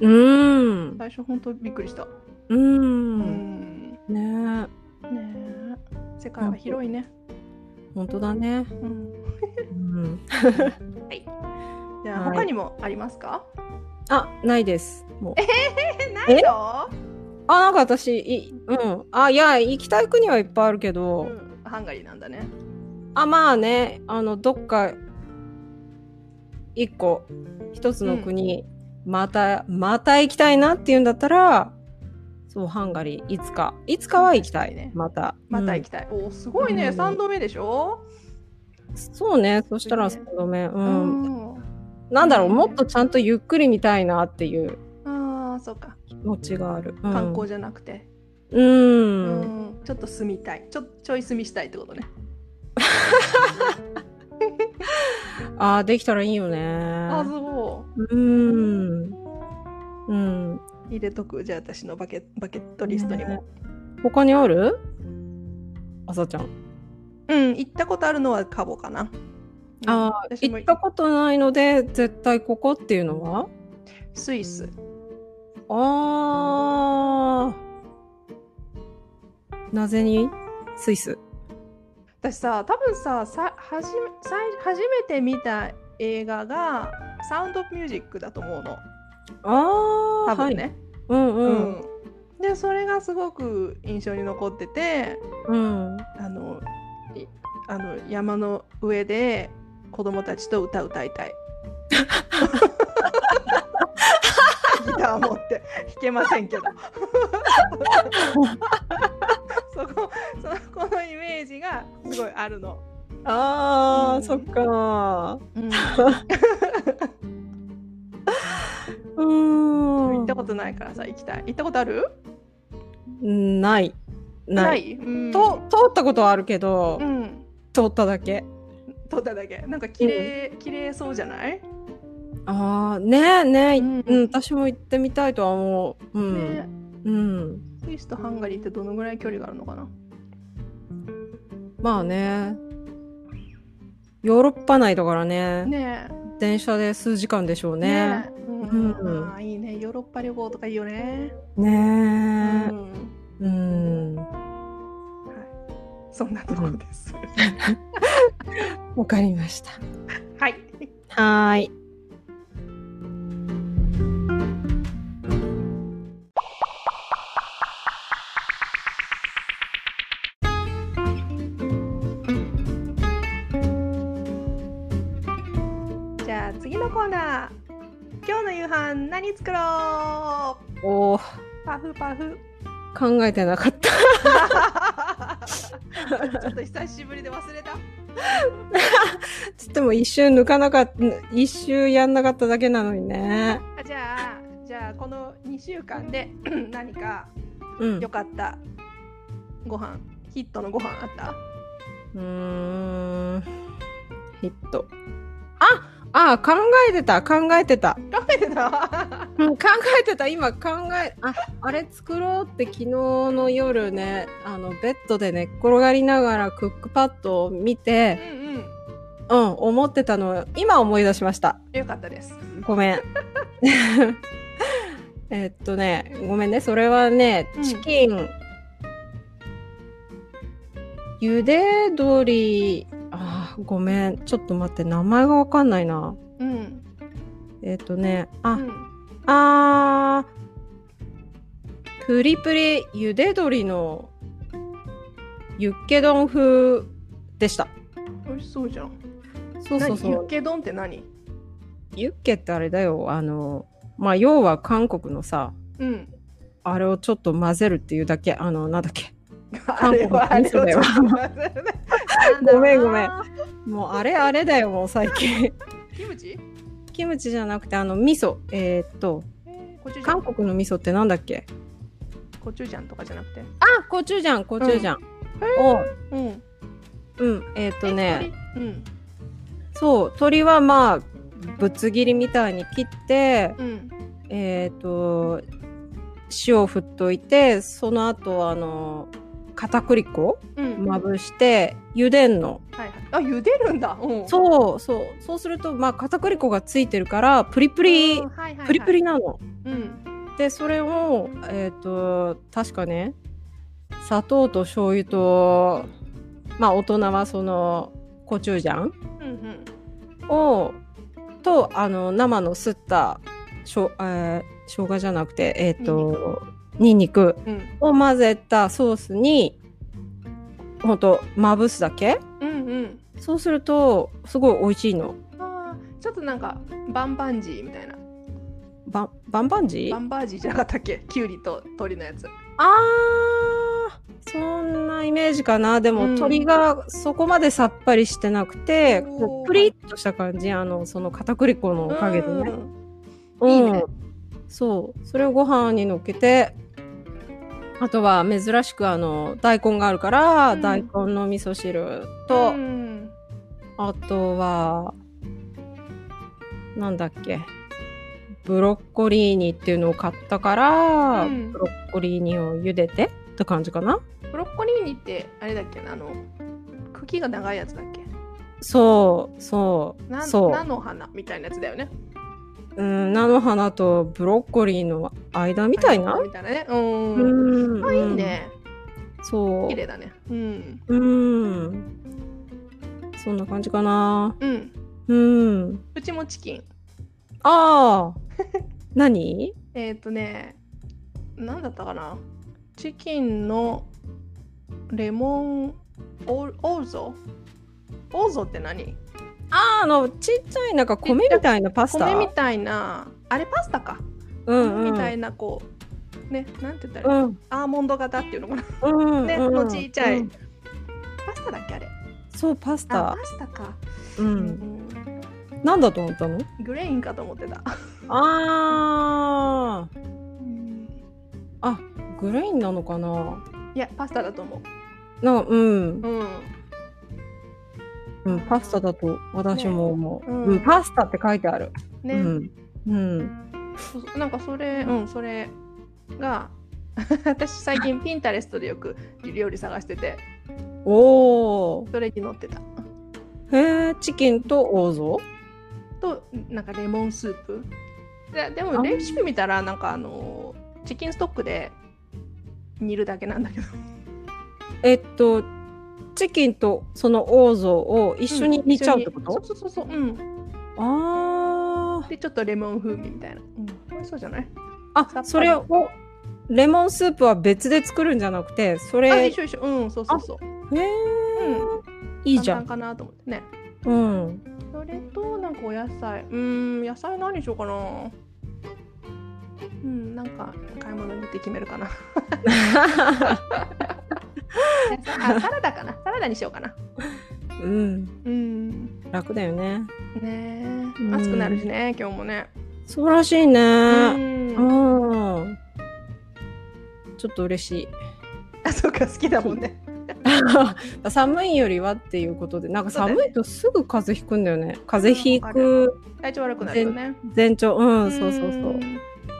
Speaker 2: うん
Speaker 1: 最初本当びっくりした
Speaker 2: う
Speaker 1: うんんね
Speaker 2: ねえ
Speaker 1: え世界は広いね
Speaker 2: 本当だね
Speaker 1: うん
Speaker 2: うん
Speaker 1: じゃあ
Speaker 2: はい
Speaker 1: 他にもありますか
Speaker 2: あないですもう
Speaker 1: えないの
Speaker 2: あ、なんか私、い、うん。あ、いや、行きたい国はいっぱいあるけど、
Speaker 1: うんハンガリーなんだね
Speaker 2: あ、まあね、あの、どっか、一個、一つの国、また、また行きたいなっていうんだったら、そう、ハンガリー、いつか、いつかは行きたい。
Speaker 1: 確かにね
Speaker 2: また。
Speaker 1: また行
Speaker 2: き、
Speaker 1: きたい、おすごいね
Speaker 2: うん
Speaker 1: 3度目でしょ
Speaker 2: そうね、そしたら、
Speaker 1: そ
Speaker 2: そう
Speaker 1: ね
Speaker 2: のめ、う。
Speaker 1: うん
Speaker 2: なんだろう、
Speaker 1: うん
Speaker 2: もっとちゃんとゆっくり見たいなっていう
Speaker 1: ああそうか
Speaker 2: 気持ちがある。うん
Speaker 1: 観光じゃなくて、
Speaker 2: う、
Speaker 1: うんんちょっと住みたいちょちょい住みしたいってことね
Speaker 2: ああできたらいいよね
Speaker 1: あそ
Speaker 2: うんうん
Speaker 1: う入れとくじゃあ私のバケバケットリストにも、
Speaker 2: 他にあるあさちゃん
Speaker 1: うん行ったことあるのはカボかな
Speaker 2: あ
Speaker 1: うん私も
Speaker 2: 行ったことないので絶対ここっていうのは
Speaker 1: スイス
Speaker 2: あーなぜにスイス
Speaker 1: 私さ多分ささはじめさい初めて見た映画がサウンドオブミュージックだと思うの
Speaker 2: あ
Speaker 1: 多
Speaker 2: あ
Speaker 1: 分、ね、
Speaker 2: はい、うんう
Speaker 1: うんんでそれがすごく印象に残ってて
Speaker 2: うん
Speaker 1: あのいあの山の上で子供たちと歌歌いたいギター持って弾けませんけどそこそこのイメージがすごいあるの。
Speaker 2: あー、
Speaker 1: うん
Speaker 2: そっか
Speaker 1: うん
Speaker 2: うーん
Speaker 1: 行ったことないからさ行きたい行ったことある
Speaker 2: ないない
Speaker 1: い、うん、
Speaker 2: と通ったことはあるけど、
Speaker 1: うん
Speaker 2: 通っただけ
Speaker 1: 撮っただけなんか綺麗綺麗そうじゃない、
Speaker 2: ああねえねえ、
Speaker 1: う
Speaker 2: うんん私も行ってみたいとは思ううん、
Speaker 1: ね
Speaker 2: うん
Speaker 1: スイスとハンガリーってどのぐらい距離があるのかな
Speaker 2: まあねヨーロッパ内だからね
Speaker 1: ねえ
Speaker 2: 電車で数時間でしょうね
Speaker 1: えうん、
Speaker 2: うん
Speaker 1: ああいいねヨーロッパ旅行とかいいよね、
Speaker 2: ね
Speaker 1: うんはい、
Speaker 2: えうん、
Speaker 1: そんなところです、
Speaker 2: わかりました
Speaker 1: はい
Speaker 2: はーい
Speaker 1: じゃあ次のコーナー今日の夕飯何作ろう
Speaker 2: おー
Speaker 1: パフパフ
Speaker 2: 考えてなかった
Speaker 1: ちょっと久しぶりで忘れた
Speaker 2: つっても一周抜かなかった一周やんなかっただけなのにね
Speaker 1: あじゃあじゃあこの2週間で 何か
Speaker 2: うん
Speaker 1: 良かったご飯ヒットのご飯あ った
Speaker 2: うーんヒット。ああ、考えてた、考えてた。
Speaker 1: カフェだ
Speaker 2: うん、考えてた、今考え、あ、あれ作ろうって昨日の夜ね、あの、ベッドで寝っ転がりながらクックパッドを見
Speaker 1: う
Speaker 2: て、
Speaker 1: んうん
Speaker 2: うん、思ってたの、今思い出しました。
Speaker 1: 良かったです
Speaker 2: ごめん。 えっとね、ごめんね、それはね
Speaker 1: う、ん
Speaker 2: チキン、ゆで鶏、あー、ごめん、ちょっと待って、名前がわかんないな。
Speaker 1: うん
Speaker 2: えっとね、あ、
Speaker 1: うん
Speaker 2: あー、プリプリゆで鶏のユッケ丼風でした。
Speaker 1: 美味しそうじゃん
Speaker 2: そうそうそ
Speaker 1: 何ユッ
Speaker 2: う。
Speaker 1: ケ丼って何
Speaker 2: ユッケってあれだよ、あの、まあ、要は韓国のさ、
Speaker 1: うん
Speaker 2: あれをちょっと混ぜるっていうだけ、あの、なんだっけ。
Speaker 1: あれはあ
Speaker 2: 韓
Speaker 1: れ
Speaker 2: 国の
Speaker 1: はちょ
Speaker 2: 味噌だよ
Speaker 1: っと待ってなんだろうな
Speaker 2: ごめんごめんもうあれあれだよ、もう最 近。
Speaker 1: キムチ
Speaker 2: キムチじゃなくて、あの、味噌。えーっと、
Speaker 1: えーコチュジャ
Speaker 2: 韓
Speaker 1: ン
Speaker 2: 国の味噌ってなんだっけ
Speaker 1: コチュジャンとかじゃなくて
Speaker 2: あ、コチュジャン、コチュジャン。を、
Speaker 1: うん
Speaker 2: うん、えーっとね、
Speaker 1: うん
Speaker 2: そう、鶏はまあ、ぶつ切りみたいに切って、
Speaker 1: うん
Speaker 2: えーっと、塩を振っといて、その後、あの、片栗粉
Speaker 1: うん
Speaker 2: まぶして、茹でんの。
Speaker 1: はいはいあ茹でるんだうんう
Speaker 2: そうそう。そうすると、まあ、片栗粉がついてるから、プリプリ
Speaker 1: ん、はいはいはい
Speaker 2: プリプリなの。
Speaker 1: うん
Speaker 2: でそれをえっ、と確かね砂糖と醤油とまあ大人はそのコチュジャン
Speaker 1: うんうん
Speaker 2: をとあの生のすったしょ、えー、生姜じゃなくてえっ、とニンニク
Speaker 1: うん
Speaker 2: を混ぜたソースにほんとまぶすだけ
Speaker 1: うんうん
Speaker 2: そうするとすごい美味しいの。
Speaker 1: あーちょっとなんかバンバンジーみたいな
Speaker 2: バンバンバンジー
Speaker 1: バンバージーじゃなかったっけキュウリと鶏のやつ
Speaker 2: あーそんなイメージかなでも、
Speaker 1: うん
Speaker 2: 鶏がそこまでさっぱりしてなくて
Speaker 1: おー
Speaker 2: こうプリッとした感じあのその片栗粉のおかげでね,、
Speaker 1: うん
Speaker 2: うん
Speaker 1: いいね
Speaker 2: そうそれをご飯にのっけてあとは珍しくあの大根があるから、
Speaker 1: うん
Speaker 2: 大根の味噌汁
Speaker 1: う
Speaker 2: と、
Speaker 1: ん
Speaker 2: あとはなんだっけブロッコリーニっていうのを買ったから、
Speaker 1: うん
Speaker 2: ブロッコリーニを茹でてって感じかな
Speaker 1: ブロッコリーニってあれだっけなあの茎が長いやつだっけ
Speaker 2: そうそう
Speaker 1: な
Speaker 2: そう
Speaker 1: 菜の花みたいなやつだよね
Speaker 2: うん、菜の花とブロッコリーの間みたいな。
Speaker 1: みたいなねうん、
Speaker 2: うん、
Speaker 1: あいい。ね
Speaker 2: そう
Speaker 1: 綺。麗だねうん
Speaker 2: うん。そんな感じかな。
Speaker 1: うん
Speaker 2: うん。
Speaker 1: うちもチキン
Speaker 2: ああ。 何？
Speaker 1: えっ、ー、とね何だったかなチキンのレモンオーオーゾオーゾって何
Speaker 2: あーあのちっちゃいなんか米みたいなパスタ。
Speaker 1: 米みたいなあれパスタか、
Speaker 2: うんうん。
Speaker 1: みたい
Speaker 2: な。
Speaker 1: なこうねなんて言った
Speaker 2: う
Speaker 1: らいい、
Speaker 2: ん
Speaker 1: アーモンド型っていうのかな
Speaker 2: うん。
Speaker 1: ね
Speaker 2: うん
Speaker 1: のちっちゃい
Speaker 2: うん
Speaker 1: パスタだっけあれ
Speaker 2: そうパス
Speaker 1: あ
Speaker 2: タ
Speaker 1: パ。スタか、
Speaker 2: う。
Speaker 1: うん
Speaker 2: なんだと思ったの？
Speaker 1: んグレインかと思ってた、
Speaker 2: ああ。あグレインなのかな。
Speaker 1: いやパスタだと思
Speaker 2: なうん
Speaker 1: う。うん
Speaker 2: うん、パスタだと私も思う、
Speaker 1: ねうん
Speaker 2: うんパスタって書いてある、
Speaker 1: ね、
Speaker 2: うん、うん、
Speaker 1: そうそうなんかそれうんそれが 私最近ピンタレストでよく料理探してて
Speaker 2: おー
Speaker 1: それに載ってた
Speaker 2: へえチキンと大ぞ
Speaker 1: となんかレモンスープででもレシピ見たらなんかあのチキンストックで煮るだけなんだけど
Speaker 2: えっとチキンとその大ぞを一緒に煮ちゃうってこと、
Speaker 1: うん一緒にそうそうそうそううん
Speaker 2: あー
Speaker 1: でちょっとレモン風味みたいな、うん、美味しそうじゃない
Speaker 2: あそれをレモンスープは別で作るんじゃなくてそれ
Speaker 1: あ
Speaker 2: へ
Speaker 1: 一緒一緒うんそうそうそう
Speaker 2: え
Speaker 1: う
Speaker 2: いいじゃ
Speaker 1: 簡
Speaker 2: ん
Speaker 1: 単かなと思ってね
Speaker 2: うん
Speaker 1: それとなんかお野菜うーん野菜何にしようかなうんなんか買い物に行って決めるかな野菜 あサラダかなサラダにしようかな
Speaker 2: うん
Speaker 1: うんね
Speaker 2: 楽だよね
Speaker 1: え
Speaker 2: うん
Speaker 1: 暑くなるしね今日もね
Speaker 2: 素晴らしい
Speaker 1: う
Speaker 2: ね
Speaker 1: ん
Speaker 2: うんちょっと嬉しい
Speaker 1: あそうか好きだもんね
Speaker 2: 寒いよりはっていうことでなんか
Speaker 1: そうだよ
Speaker 2: 寒いとすぐ風邪ひくんだよね風邪ひく
Speaker 1: 体調悪くなるよね
Speaker 2: 前兆うんそうそうそう、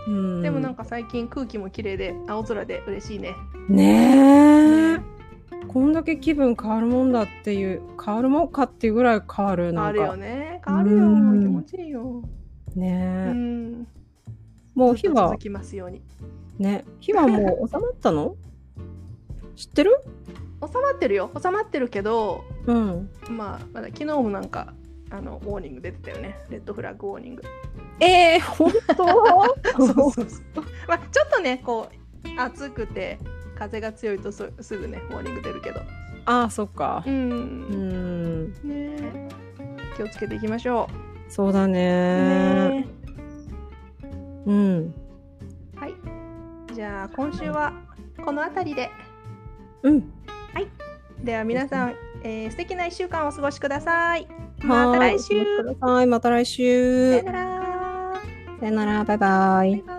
Speaker 2: うん、
Speaker 1: でもなんか最近空気も綺麗で青空で嬉しいね
Speaker 2: ねえこんだけ気分変わるもんだっていう変わるもんかっていうぐらい変わる
Speaker 1: 変
Speaker 2: な
Speaker 1: わ
Speaker 2: ん
Speaker 1: るよ
Speaker 2: か
Speaker 1: ね変わるよ
Speaker 2: うん
Speaker 1: 気持ちいいよ
Speaker 2: ね
Speaker 1: う
Speaker 2: え
Speaker 1: ん
Speaker 2: もう火は
Speaker 1: 続きますように
Speaker 2: ね火はもう収まったの知ってる
Speaker 1: 収まってるよ収まってるけど
Speaker 2: うん
Speaker 1: まあまだ昨日もなんかあのウォーニング出てたよねレッドフラッグウォーニング
Speaker 2: ええ 本当
Speaker 1: う そう、まあ、ちょっとねこう暑くて風が強いとそすぐねウォーニング出るけど
Speaker 2: ああそっか
Speaker 1: う
Speaker 2: うんん
Speaker 1: ね気をつけていきましょ
Speaker 2: そうだ
Speaker 1: う、
Speaker 2: ね
Speaker 1: ね
Speaker 2: うん
Speaker 1: はいじゃあ今週はこの辺りで
Speaker 2: うん
Speaker 1: では皆さん、えー素敵な1週間をお過ごしくださいま
Speaker 2: は
Speaker 1: た
Speaker 2: ーい
Speaker 1: 来週
Speaker 2: はい、また
Speaker 1: さ
Speaker 2: 来週
Speaker 1: よ。なら
Speaker 2: さよなら、バイバイ
Speaker 1: バイ。バイ